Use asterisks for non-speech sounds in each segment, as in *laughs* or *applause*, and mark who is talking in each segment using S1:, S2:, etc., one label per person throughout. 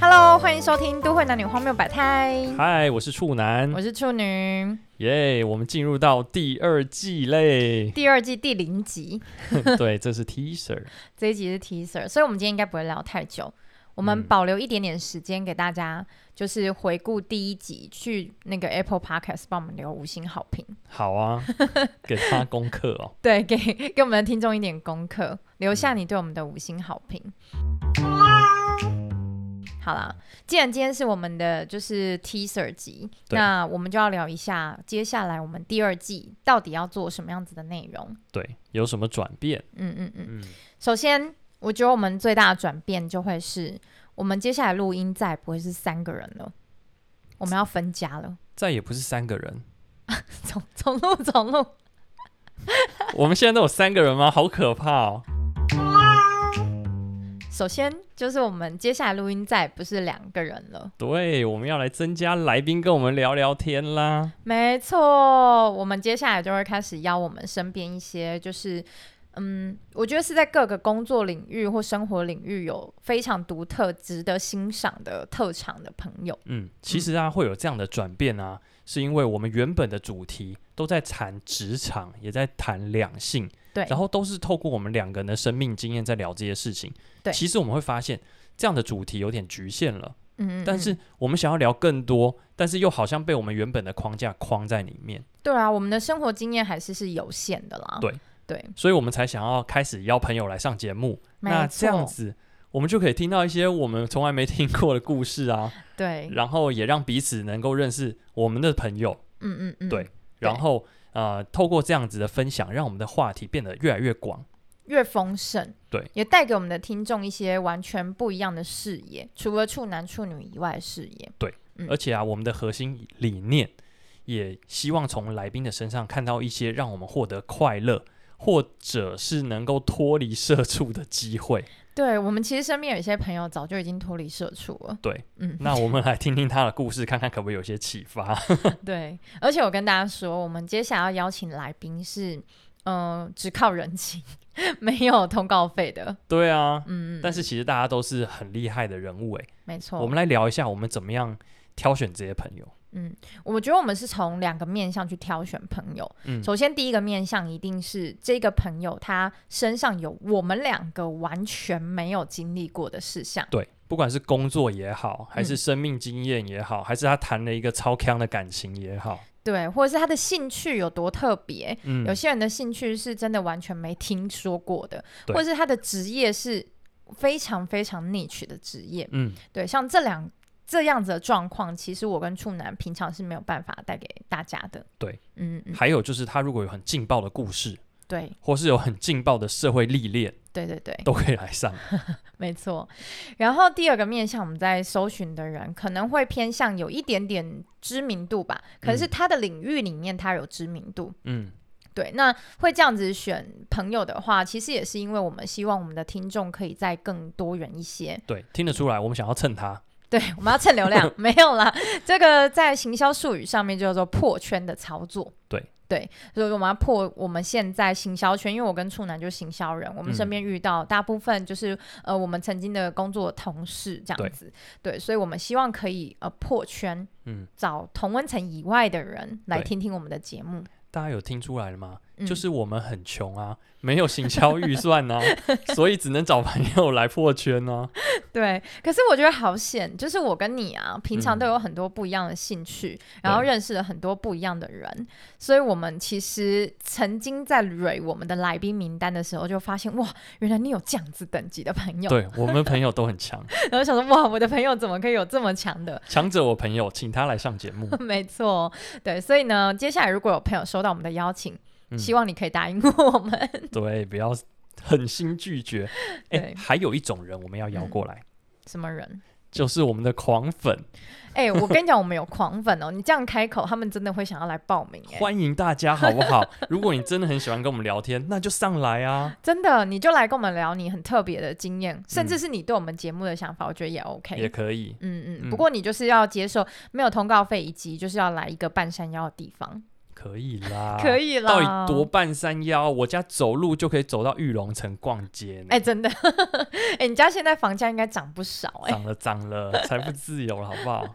S1: Hello，欢迎收听《都会男女荒谬百态》，
S2: 嗨，我是处男
S1: 我，是处女，。
S2: 耶我们进入到第二季嘞
S1: *laughs* 第二季第零集，
S2: 对，这是 teaser。
S1: 这一集是 teaser，所以我们今天应该不会聊太久，我们
S2: 嗯
S1: 保留一点点时间给大家，就是回顾第一集，去那个 Apple Podcast 帮我们留五星好评，
S2: 好啊，给他功课哦。
S1: *laughs* 对，给给我们的听众一点功课，留下你对我们的五星好评。好啦，既然今天是我们的就是 teaser 集，
S2: 对
S1: 那我们就要聊一下接下来我们第二季到底要做什么样子的内容。
S2: 对，有什么转变？
S1: 嗯嗯嗯。
S2: 嗯，
S1: 首先，我觉得我们最大的转变就会是，我们接下来录音再也不会是三个人了，我们要分家了，
S2: 再也不是三个人。
S1: 重重录重录。
S2: 我们现在都有三个人吗？好可怕哦！
S1: 首先就是我们接下来录音再也不是两个人了。
S2: 对，我们要来增加来宾跟我们聊聊天啦。
S1: 没错，我们接下来就会开始邀我们身边一些，就是嗯，我觉得是在各个工作领域或生活领域有非常独特、值得欣赏的特长的朋友。
S2: 嗯，其实啊，会有这样的转变啊，是因为我们原本的主题都在谈职场，也在谈两性，
S1: 对
S2: 然后都是透过我们两个人的生命经验在聊这些事情。
S1: 对
S2: 其实我们会发现这样的主题有点局限了，
S1: 嗯，嗯
S2: 但
S1: 嗯
S2: 是我们想要聊更多，但是又好像被我们原本的框架框在里面，
S1: 对啊，我们的生活经验还是是有限的啦。
S2: 对
S1: 对，
S2: 所以我们才想要开始邀朋友来上节目。
S1: 没
S2: 那这样
S1: 错
S2: 子。我们就可以听到一些我们从来没听过的故事啊，
S1: 对，
S2: 然后也让彼此能够认识我们的朋友，
S1: 嗯嗯嗯，
S2: 对，然后呃，透过这样子的分享，让我们的话题变得越来越广。
S1: 越丰盛，
S2: 对，
S1: 也带给我们的听众一些完全不一样的视野，除了处男处女以外的视野。嗯
S2: 而且啊，我们的核心理念也希望从来宾的身上看到一些让我们获得快乐，或者是能够脱离社畜的
S1: *laughs*
S2: 机会。
S1: 对我们其实身边有一些朋友早就已经脱离社畜了。
S2: 对，
S1: 嗯，
S2: 那我们来听听他的故事，看看可不可以有些启发。 *laughs*
S1: 对，而且我跟大家说，我们接下来要邀请来宾是，嗯、呃，只靠人情， *laughs* 没有通告费的。
S2: 对啊，
S1: 嗯，哦嗯
S2: 但是其实大家都是很厉害的人物诶、
S1: 没错，
S2: 我们来聊一下我们怎么样挑选这些朋友。
S1: 嗯，我觉得我们是从两个面向去挑选朋友。
S2: 嗯
S1: 首先，第一个面向一定是这个朋友他身上有我们两个完全没有经历过的事项。
S2: 对，不管是工作也好，还
S1: 嗯
S2: 是生命经验也好，还是他谈了一个超强的感情也好，
S1: 对，或者是他的兴趣有多特别，
S2: 嗯
S1: 有，些人的兴趣是真的完全没听说过的，
S2: 对
S1: 或者是他的职业是非常非常 niche 的职业。
S2: 嗯，
S1: 对，像这两这样子的状况，其实我跟处男平常是没有办法带给大家的。
S2: 对，
S1: 嗯嗯，
S2: 还有就是他如果有很劲爆的故事，
S1: 对
S2: 或是有很劲爆的社会历练，
S1: 对对对，
S2: 都可以来上。
S1: 没错。然后第二个面向，我们在搜寻的人可能会偏向有一点点知名度吧，可是
S2: 嗯
S1: 他的领域里面他有知名度。
S2: 嗯，
S1: 对，那会这样子选朋友的话，其实也是因为我们希望我们的听众可以再更多元一些。
S2: 对，听得出来，我们想要蹭他。
S1: 对，我们要蹭流
S2: *laughs*
S1: 量，没有啦。这个在行销术语上面叫做破圈的操作。
S2: 对
S1: 对，所以我们要破我们现在行销圈，因为我跟处男就是行销人，
S2: 嗯
S1: 我们身边遇到大部分就是、呃我们曾经的工作同事这
S2: 对
S1: 样子。对，所以我们希望可以呃破圈，
S2: 嗯，
S1: 找同温层以外的人来
S2: 对
S1: 听听我们的节目。
S2: 大家有听出来了吗？
S1: 嗯
S2: 就是我们很穷啊，没有行销预算啊， *laughs* 所以只能找朋友来破圈啊。
S1: 对，可是我觉得好险，就是我跟你啊，平常都有很多不一样的兴趣，然后
S2: 嗯对
S1: 认识了很多不一样的人，所以我们其实曾经在蕊我们的来宾名单的时候，就发现哇，原来你有这样子等级的朋友，
S2: 对我们朋友都很强，
S1: *laughs* 然后想说哇，我的朋友怎么可以有这么强的？ *laughs*
S2: 强者我朋友，请他来上节目。
S1: 没错，对，所以呢，接下来如果有朋友收到我们的邀请，
S2: 嗯
S1: 希望你可以答应我们。 *laughs*
S2: 对，不要狠心拒绝。哎、
S1: 对
S2: 还有一种人我们要邀
S1: 嗯
S2: 过来，
S1: 什么人？
S2: 就是我们的狂粉，
S1: 哎、我跟你讲，我们有狂粉哦，你这样开口，他们真的会想要来报名哎、
S2: 欢迎大家好不好？如果你真的很喜欢跟我们聊天，那就上来啊。
S1: 真的，你就来跟我们聊你很特别的经验，甚至是你对我们节目的想法，我觉得也 OK。
S2: 嗯也可以。
S1: 嗯
S2: 嗯
S1: 嗯，不过你就是要接受没有通告费，以及就是要来一个半山腰的地方，
S2: 可以啦，
S1: *laughs* 可。以啦。
S2: 啊到底多半山腰？我家走路就可以走到玉龙城逛街呢。
S1: 哎、真的， *laughs* 哎、你家现在房价应该涨不少哎、
S2: 涨了涨了，财富自由了，好不好？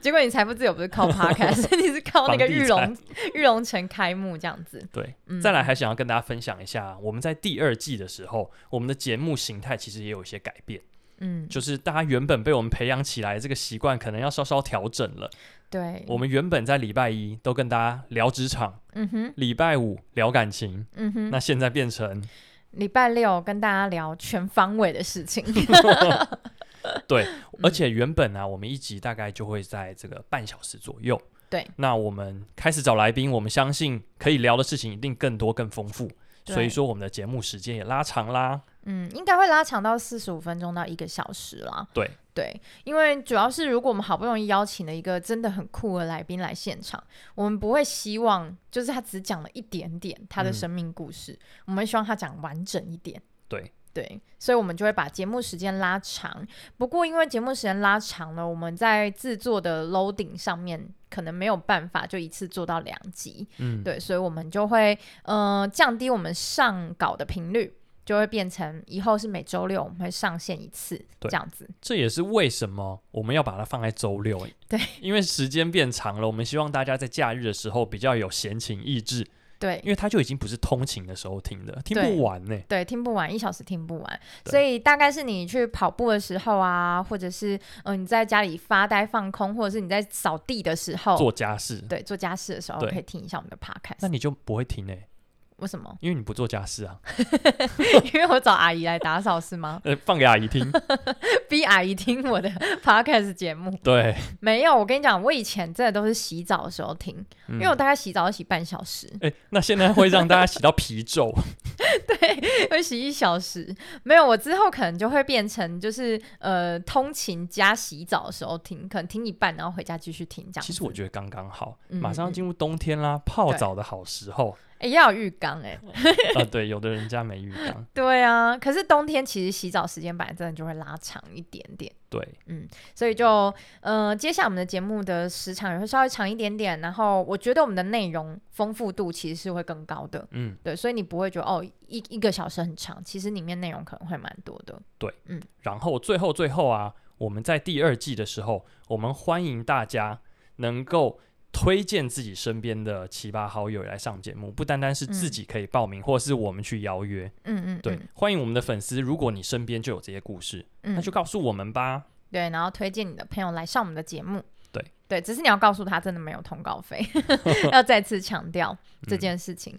S1: 结果你财富自由不是
S2: *laughs*
S1: 靠 Podcast，你是靠那个
S2: 房地
S1: 玉龙 *laughs* 玉龙城开幕这样子。
S2: 对，
S1: 嗯，
S2: 再来还想要跟大家分享一下，我们在第二季的时候，我们的节目形态其实也有一些改变，
S1: 嗯，
S2: 就是大家原本被我们培养起来的这个习惯，可能要稍稍调整了。
S1: 对，
S2: 我们原本在礼拜一都跟大家聊职场，
S1: 嗯哼，
S2: 礼拜五聊感情，
S1: 嗯哼，
S2: 那现在变成
S1: 礼拜六跟大家聊全方位的事情。
S2: *laughs* 对，
S1: 嗯
S2: 而且原本啊，我们一集大概就会在这个半小时左右。
S1: 对，
S2: 那我们开始找来宾，我们相信可以聊的事情一定更多、更丰富，
S1: 对
S2: 所以说我们的节目时间也拉长啦。
S1: 嗯，应该会拉长到四十五分钟到一个小时啦。
S2: 对
S1: 对，因为主要是如果我们好不容易邀请了一个真的很酷的来宾来现场，我们不会希望就是他只讲了一点点他的
S2: 嗯
S1: 生命故事，我们希望他讲完整一点。
S2: 对
S1: 对，所以我们就会把节目时间拉长。不过因为节目时间拉长了，我们在制作的 loading 上面可能没有办法就一次做到两集。
S2: 嗯，
S1: 对，所以我们就会呃降低我们上稿的频率，就会变成以后是每周六我们会上线一次
S2: 对
S1: 这样子。
S2: 这也是为什么我们要把它放在周六。
S1: 对，
S2: 因为时间变长了，我们希望大家在假日的时候比较有闲情逸致，
S1: 对
S2: 因为它就已经不是通勤的时候听的，听
S1: 对
S2: 不完呢、
S1: 对，听不完，一小时听不完，
S2: 对
S1: 所以大概是你去跑步的时候啊，或者是嗯、呃你在家里发呆放空，或者是你在扫地的时候，
S2: 做家事，
S1: 对做家事的时候
S2: 对
S1: 可以听一下我们的
S2: 那
S1: podcast。
S2: 你就不会听呢、
S1: 为什么？ *laughs*
S2: 因为你不做家事啊。
S1: 因为我找阿姨来打扫是吗？
S2: 呃，放给阿姨听。
S1: 逼阿姨听我的 *laughs* podcast 节目？
S2: 对，
S1: 没有，我跟你讲，我以前真的都是洗澡的时候听，
S2: 嗯
S1: 因为我大概洗澡要洗半小时。
S2: 哎、那现在会让大家洗到
S1: *laughs*
S2: 皮皱，
S1: 二十一小时没有，我之后可能就会变成就是呃通勤加洗澡的时候听，可能听一半，然后回家继续听这样子。
S2: 其实我觉得刚刚好，
S1: 嗯
S2: 马上要进入冬天啦，泡澡的好时候。
S1: 得哎、要有浴缸哎、
S2: 啊，对，有的人家没浴缸，
S1: 对啊，可是冬天其实洗澡时间本来真的就会拉长一点点，
S2: 对，
S1: 所以就呃接下来我们的节目的时长也会稍微长一点点，然后我觉得我们的内容丰富度其实是会更高的，
S2: 嗯，
S1: 对，所以你不会觉得哦一一个小时很长，其实里面内容可能会蛮多的，
S2: 然后最后最后啊，我们在第二季的时候，我们欢迎大家能够。推荐自己身边的七八好友来上节目，不单单是自己可以报名，或是我们去邀约。
S1: 嗯嗯，
S2: 对，欢迎我们的粉丝。如果你身边就有这些故事，
S1: 嗯，
S2: 那就告诉我们吧。
S1: 对，然后推荐你的朋友来上我们的节目。
S2: 对
S1: 对，只是你要告诉他，真的没有通告费，要再次强调这件事情。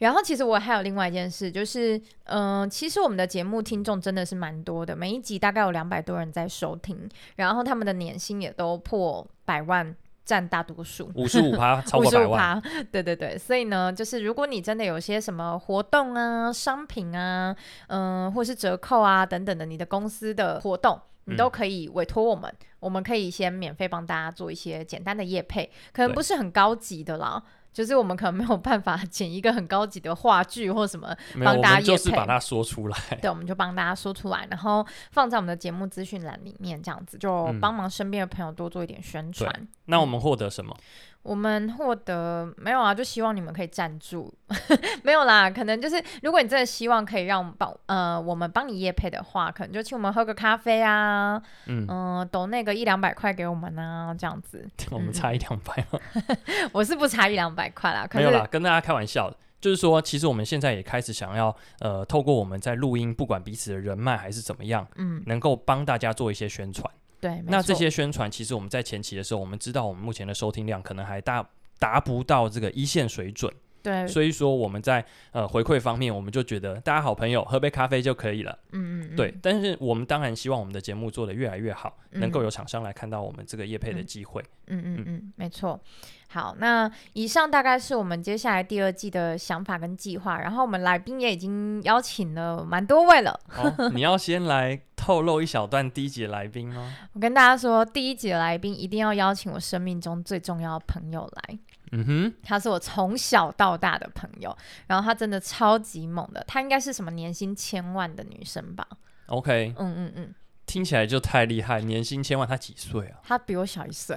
S1: 然后，其实我还有另外一件事，就是，嗯、其实我们的节目听众真的是蛮多的，每一集大概有两百多人在收听，然后他们的年薪也都破百万，占大多数。
S2: 五十五
S1: *laughs*
S2: 趴超
S1: 五
S2: 过
S1: 十
S2: 百
S1: 五
S2: 万，
S1: 趴， *laughs* 对对对，所以呢，就是如果你真的有些什么活动啊、商品啊，嗯、或是折扣啊等等的，你的公司的活动，你都
S2: 嗯
S1: 可以委托我们，我们可以先免费帮大家做一些简单的业配，可能
S2: 对
S1: 不是很高级的啦。就是我们可能没有办法 *laughs* 剪一个很高级的话剧或什么，
S2: 没有，
S1: 帮
S2: 我
S1: 大家
S2: 们就
S1: 业
S2: 是
S1: 配
S2: 把它说出来。
S1: 对，我们就帮大家说出来，然后放在我们的节目资讯栏里面，这样子就
S2: 嗯
S1: 帮忙身边的朋友多做一点宣传。
S2: 那我们获得什么？
S1: 我们获得没有啊？就希望你们可以赞助， *laughs* 没有啦。可能就是如果你真的希望可以让我们帮呃我们帮你夜配的话，可能就请我们喝个咖啡啊，
S2: 嗯，
S1: 嗯、抖那个一两百块给我们啊，这样子。
S2: *laughs*
S1: *laughs*
S2: 我们差一两百吗？
S1: 我是不差一两百块嗯啦，可
S2: 没有啦
S1: 是，
S2: 跟大家开玩笑的。就是说，其实我们现在也开始想要，呃，透过我们在录音，不管彼此的人脉还是怎么样，
S1: 嗯，
S2: 能够帮大家做一些宣传。
S1: 对，没
S2: 那这
S1: 错
S2: 些宣传，其实我们在前期的时候，我们知道我们目前的收听量可能还大达不到这个一线水准，
S1: 对，
S2: 所以说我们在呃回馈方面，我们就觉得大家好朋友喝杯咖啡就可以了。
S1: 嗯嗯，嗯
S2: 对，，但是我们当然希望我们的节目做得越来越好，能够
S1: 嗯
S2: 有厂商来看到我们这个业配的
S1: 嗯
S2: 机会。
S1: 嗯嗯
S2: 嗯
S1: 嗯，没错。好，那以上大概是我们接下来第二季的想法跟计划，然后我们来宾也已经邀请了蛮多位了。
S2: 哦，你要先来透露一小段低级来宾吗？
S1: 我跟大家说，第一集的来宾一定要邀请我生命中最重要的朋友来，
S2: 嗯哼，
S1: 他是我从小到大的朋友，然后他真的超级猛的，他应该是什么年薪千万的女生吧？
S2: OK，
S1: 嗯嗯嗯，
S2: 听起来就太厉害，年薪千万，他几岁啊？
S1: 她比我小一岁，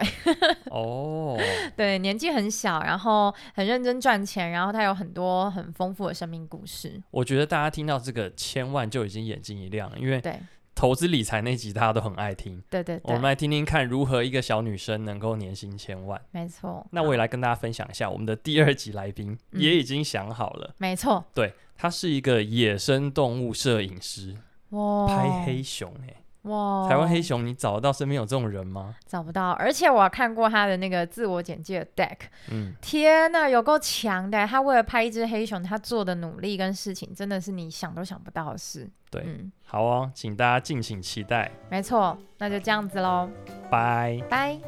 S2: 哦，
S1: *laughs* 对，年纪很小，然后很认真赚钱，然后她有很多很丰富的生命故事。
S2: 我觉得大家听到这个千万就已经眼睛一亮了，因为
S1: 对
S2: 投资理财那集大家都很爱听。
S1: 对对
S2: 我们
S1: 对，
S2: 来听听看如何一个小女生能够年薪千万。
S1: 没错。
S2: 那我也来跟大家分享一下，我们的第二集来宾
S1: 嗯
S2: 也已经想好了，
S1: 没错，
S2: 对他是一个野生动物摄影师，
S1: 哇，
S2: 拍黑熊哎、
S1: 哇，
S2: 台湾黑熊，你找得到身边有这种人吗？
S1: 找不到，而且我看过他的那个自我简介的 deck，
S2: 嗯，
S1: 天呐，有够强的！他为了拍一只黑熊，他做的努力跟事情，真的是你想都想不到的事。
S2: 对
S1: 嗯，
S2: 好哦，请大家敬请期待，
S1: 没错，那就这样子喽，
S2: 拜。
S1: 拜。